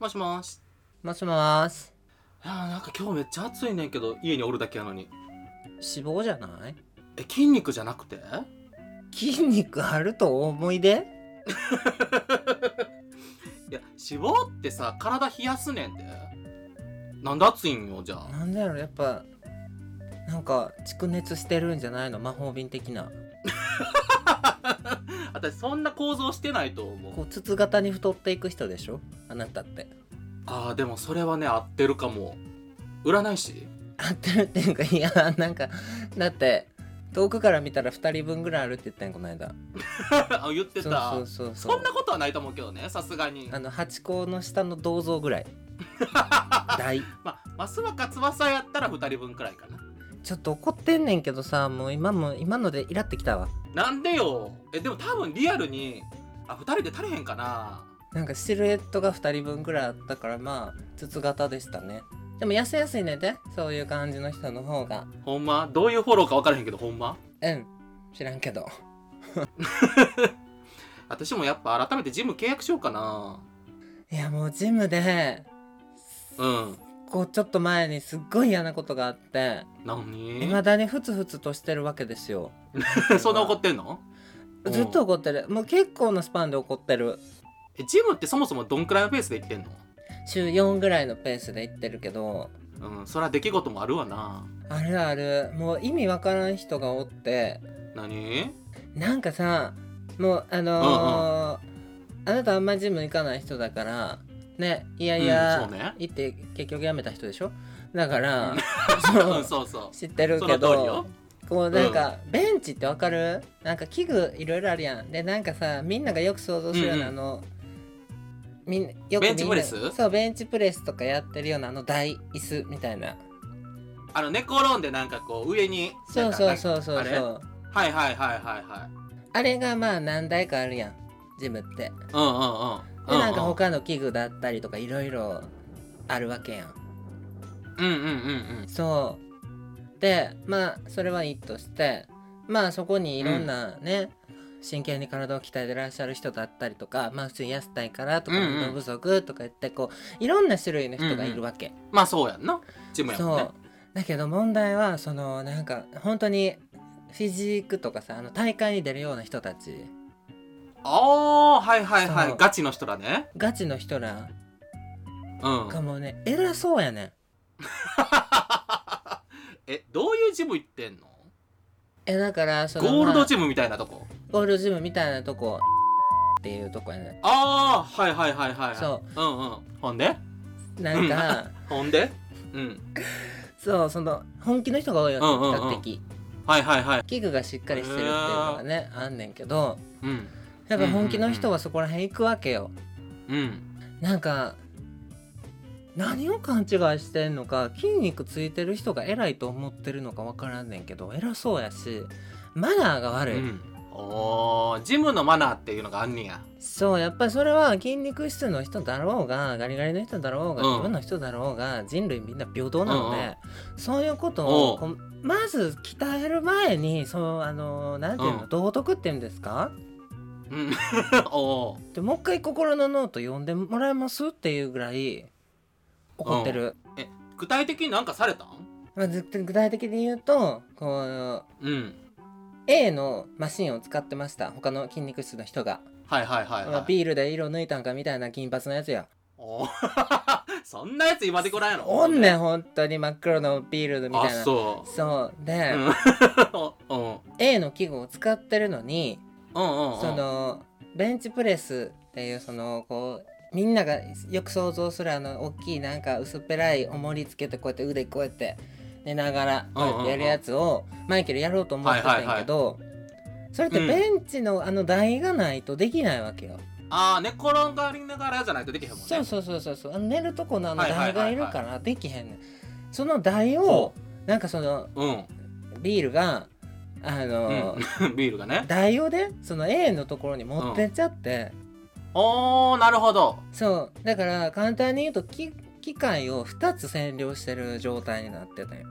もしもし。もしもーしいやーなんか今日めっちゃ暑いねんけど、家におるだけやのに。脂肪じゃないえ、筋肉じゃなくて筋肉あるとお思い出いや、脂肪ってさ、体冷やすねんで。なんで暑いんよ、じゃあ。なんだろうやっぱなんか蓄熱してるんじゃないの魔法瓶的な私そんな構造してないと思こう。う筒型に太っていく人でしょあなたってああ、でもそれはね、合ってるかも。占い師 合ってるっていうかいやなんかだって遠くから見たら2人分ぐらいあるって言ったんこの間あ、言ってそうた。そうそうそうそんなことはないと思うけどね、さすがに。あのハチ公の下の銅像ぐ らい大まあ、増若翼やったら2人分くらいかな。ちょっと怒ってんねんけどさもう今も今のでイラってきたわなんでよ。え、でも多分リアルに、あ、2人で足りへんかな。なんかシルエットが2人分くらいあったからまあ筒型でしたねでも痩せやすいねんでそういう感じの人の方がほんまどういうフォローか分からへんけど、ほんまうん知らんけど私もやっぱ改めてジム契約しようかな。いやもうジムでうん。こうちょっと前にすっごい嫌なことがあっていま何だにふつふつとしてるわけですよ そんな怒ってんのずっと怒ってるもう結構のスパンで怒ってるえジムってそもそもどんくらいのペースで行ってんの週4ぐらいのペースで行ってるけどうん、そりゃ出来事もあるわな。あるあるもう意味わからん人がおって何なんかさもうあのーあなたあんまジム行かない人だからねいやいうんや、そうね行って結局やめた人でしょだからう そん、うそうそう。 知ってるそけの通りどよこうなんか、ベンチってわかるなんか器具いろいろあるやんでなんかさみんながよく想像するような、うんあのみんよくみんなベンチプレスそうベンチプレスとかやってるようなあの台椅子みたいなあの、寝転んでなんかこう、上に。そうそうそうそうなんそかなんかうあれはいはいはいはいはい。あれがまあ何台かあるやんジムってうんうんうん。でううなんか他の器具だったりとかいろいろあるわけやんうんうんうんうん。そうでまあそれはいいとしてまあそこにいろんなね、真剣に体を鍛えてらっしゃる人だったりとかまあ普通に痩せたいからとかうんうん運動不足とか言ってこういろんな種類の人がいるわけ、まあそうやんな。ジムやもそんう、ね。だけど問題はそのなんか本当にフィジークとかさあの大会に出るような人たちああ、はいはいはそ。いうガチの人だね。ガチの人らうん。がもうね偉そうやねん え、どういうジム行ってんのえだからそのゴールまドあジムみたいなとこ。ゴールドジムみたいなとこっていうとこやねああ、はいはいはいはい。。そううんうん。ほんでなんかほんでうん。そうその本気の人が多いよねうんうんうん比較的はいはいはい。器具がしっかりしてるっていうのがねあんねんけどうん。やっぱ本気の人はそこら辺行くわけようん。なんか何を勘違いしてんのか筋肉ついてる人が偉いと思ってるのか分からんねんけど偉そうやしマナーがう悪い、ん。おー、ジムのマナーっていうのがあんねや。そうやっぱりそれは筋肉質の人だろうがガリガリの人だろうがうん自分の人だろうが、人類みんな平等なので、うんうんそういうことおをうこうまず鍛える前にそのあのなんていうの、うん道徳っていうんですかうん。 おー。でもう一回心のノート読んでもらえますっていうぐらい怒ってる、具体的になんかされたんまあ、ず具体的に言うとこううん。 A のマシンを使ってました他の筋肉質の人が、はいはいはい、まあはい。ビールで色抜いたんかみたいな金髪のやつやおー そんなやつ今でこないやろ。おんねん本当に真っ黒のビールみたいあ、なそう。そうで、うん うん。 A の器具を使ってるのにうんうんうん。そのベンチプレスっていうそのこうみんながよく想像するあの大きいなんか薄っぺらい重りつけてこうやって腕こうやって寝ながらこうやってやるやつをマイケルやろうと思ってたんやけどそれってベンチのあの台がないとできないわけよ。ああ、寝転がりながらじゃないとできへんもんね。そうそうそうそうそうあの寝るとこのあのはいはいは台いはがいいるからできへんねん。その台をほなんかそのうん。ビールがあの、うん、 ビールがね。台をねその A のところに持ってっちゃって、おー、なるほど。そうだから簡単に言うとき機械を2つ占領してる状態になってたよ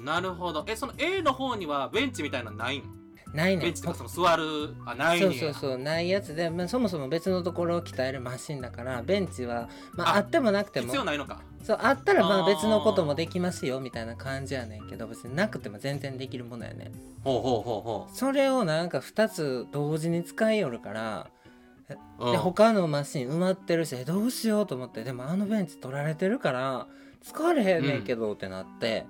なるほど。え、その A の方にはベンチみたいなのないんないねベんンチとかその座るあないんそうやそうそうないやつで、まあ、そもそも別のところを鍛えるマシンだからベンチは、まあ、ああってもなくても必要ないのかそうあったらまああー別のこともできますよみたいな感じやねんけど別になくても全然できるものやねんほうほうほそれをなんか2つ同時に使いよるからうほううでん他のマシン埋まってるしえどうしようと思ってでもあのベンチ取られてるから使われへんねんけどってなって、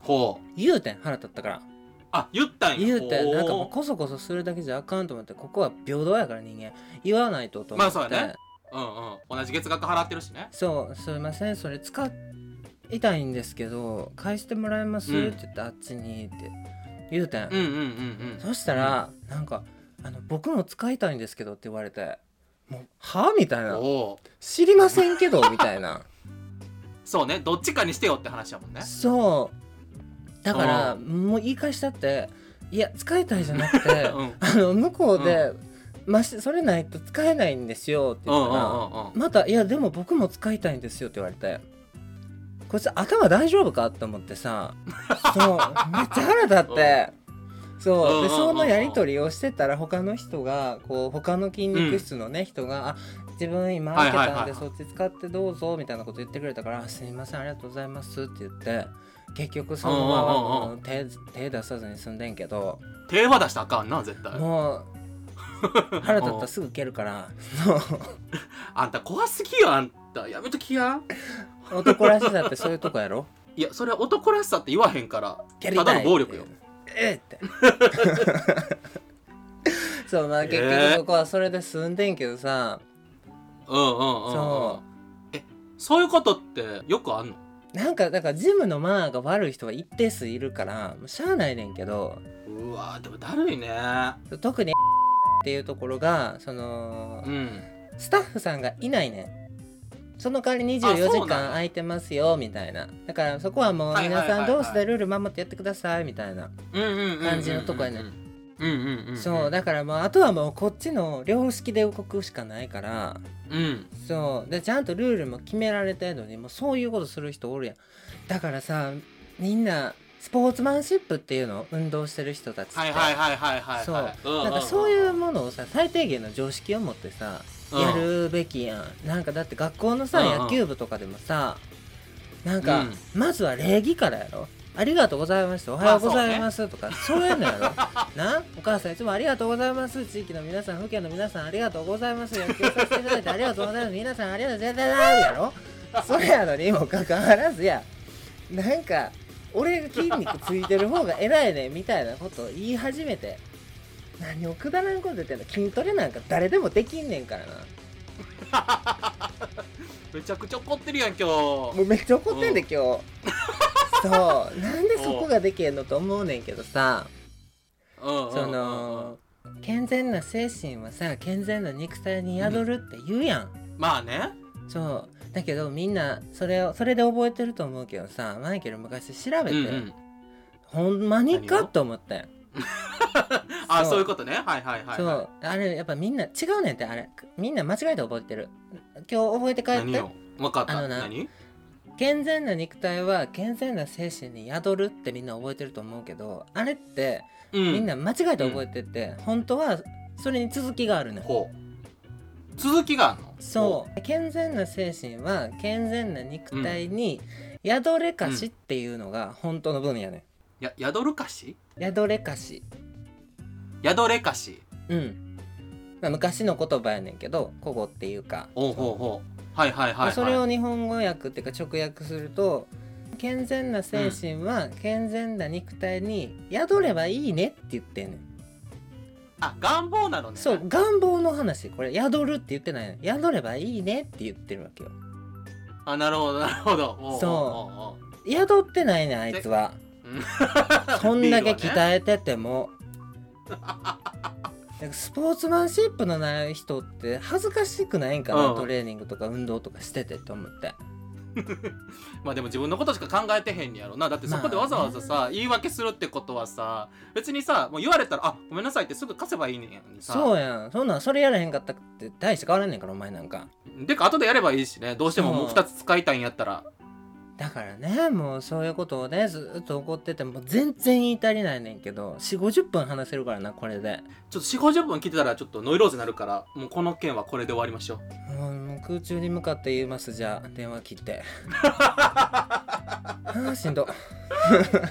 ほう言うてん腹立ったからあ言ったんや言うてんほなんかもうこそこそするだけじゃあかんと思ってここは平等やから人間言わないとと思って、まあそうやねうんうん同じ月額払ってるしねそうすいませんそれ使いたいんですけど返してもらえます、うんって言ってあっちにって言うてん、うんうんうんうんそしたら、なんかあの「僕も使いたいんですけど」って言われて「もうはあ?」みたいなおう「知りませんけど」みたいなそうねどっちかにしてよって話やもんねそうだからうもう言い返したって「いや使いたいじゃな くてうんうんあの向こうで、ましそれないと使えないんですよ」ってう言っんたうら。んうんまた「いやでも僕も使いたいんですよ」って言われてこいつ頭大丈夫かと思ってさ そうめっちゃ腹立ってそうでうんうんうんうんそのやり取りをしてたら他の人がこう他の筋肉質のね、人が「あ自分今開けはいはたんいはいではいそっち使ってどうぞ」みたいなこと言ってくれたから「あすいませんありがとうございます」って言って結局そのうんうんままうんもう手手出さずに済んでんけど手は出したらあかんな絶対 もう腹立ったらすぐ蹴るからそう。あんた怖すぎよあんたやめときや男らしさってそういうとこやろいやそれは男らしさって言わへんから蹴たりたいだの暴力よえーって そうまあ結え局ーそこはそれで済んでんけどさ、うんうんうんうんそえそういうことってよくあんのなんかだからジムのマナーが悪い人は一定数いるからもうしゃあないねんけどうわーでもだるいね特にっていうところがそのうんスタッフさんがいないねんその代わりあ24そうな時ん間だ空いてますよみたいなだからそこはもうはいはいは皆いはいさん同士でルール守ってやってくださいみたいなうんうんうんうんうん感じのとこやねうんうんうんうんそうだからもうあとはもうこっちの良識で動くしかないからうんそうでちゃんとルールも決められてるのにもうそういうことする人おるやんだからさみんなスポーツマンシップっていうのを運動してる人たちって、はいはいはいはいはいそうはいんんなんかそういうものをさ最低限の常識を持ってさうんやるべきやんなんかだって学校のさうんうん野球部とかでもさなんか、うんまずは礼儀からやろありがとうございましたおはようございますとか、そういうの やろなお母さんいつもありがとうございます地域の皆さん府県の皆さんありがとうございます野球させていただいてありがとうございます皆さんありがとうございますやろそれやのにもかかわらずやなんか俺が筋肉ついてる方が偉いねみたいなことを言い始めて何をくだらんこと言ってんの筋トレなんか誰でもできんねんからなめちゃくちゃ怒ってるやん今日もうめっちゃ怒ってんで今日そうなんでそこができへんのと思うねんけどさうんうんうんうんその健全な精神はさ健全な肉体に宿るって言うやん、まあねそうだけどみんなそれをそれで覚えてると思うけどさマイケル昔調べうて、んうんほんまに何かをと思ってんあそうそういうことねはいはいはいそはうあれやっぱみんな違うねんってあれみんな間違えて覚えてる今日覚えて帰いっ何てを分かっあたのな何健全な肉体は健全な精神に宿るってみんな覚えてると思うけどあれってうみんな間違えて覚えてて、本当はそれに続きがあるのよほう続きがあんのそう健全な精神は健全な肉体に宿れかしっていうのが本当の分野ね、うや宿るかし宿れかし宿れかしうん、まあ、昔の言葉やねんけど古語っていうかおうほうほうはいはいはいはいそれを日本語訳っていうか直訳すると健全な精神は健全な肉体に宿ればいいねって言ってんねんあ願望なのねそう願望の話これ宿るって言ってないの宿ればいいねって言ってるわけよあなるほどなるほどおうそうおうおうおう宿ってないねんあいつはうん そんだけビールはね鍛えて ても、なんかスポーツマンシップのない人って恥ずかしくないんかな、うんトレーニングとか運動とかしててと思ってまあでも自分のことしか考えてへんやろなだってそこでわざわざさ、言い訳するってことはさ別にさもう言われたら「あごめんなさい」ってすぐ貸せばいいねんやのにさそうやんそんなんそれやらへんかったって大して変わらんねんからお前なんかでか後でやればいいしねどうしてももうそう2つ使いたいんやったらだからねもうそういうことをねずっと怒ってても全然言い足りないねんけど4 5 0分話せるからなこれでちょっと4 5 0分聞いてたらちょっとノイローゼになるからもうこの件はこれで終わりましょうもうもう空中に向かって言いますじゃあ電話切って あーしんど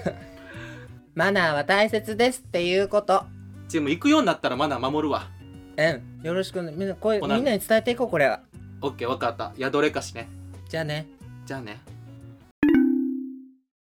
マナーは大切ですっていうことチーム行くようになったらマナー守るわうんよろしくねみんなこういうほなみんなに伝えていこうこれはオッケーわかった宿れかしねじゃあねじゃあね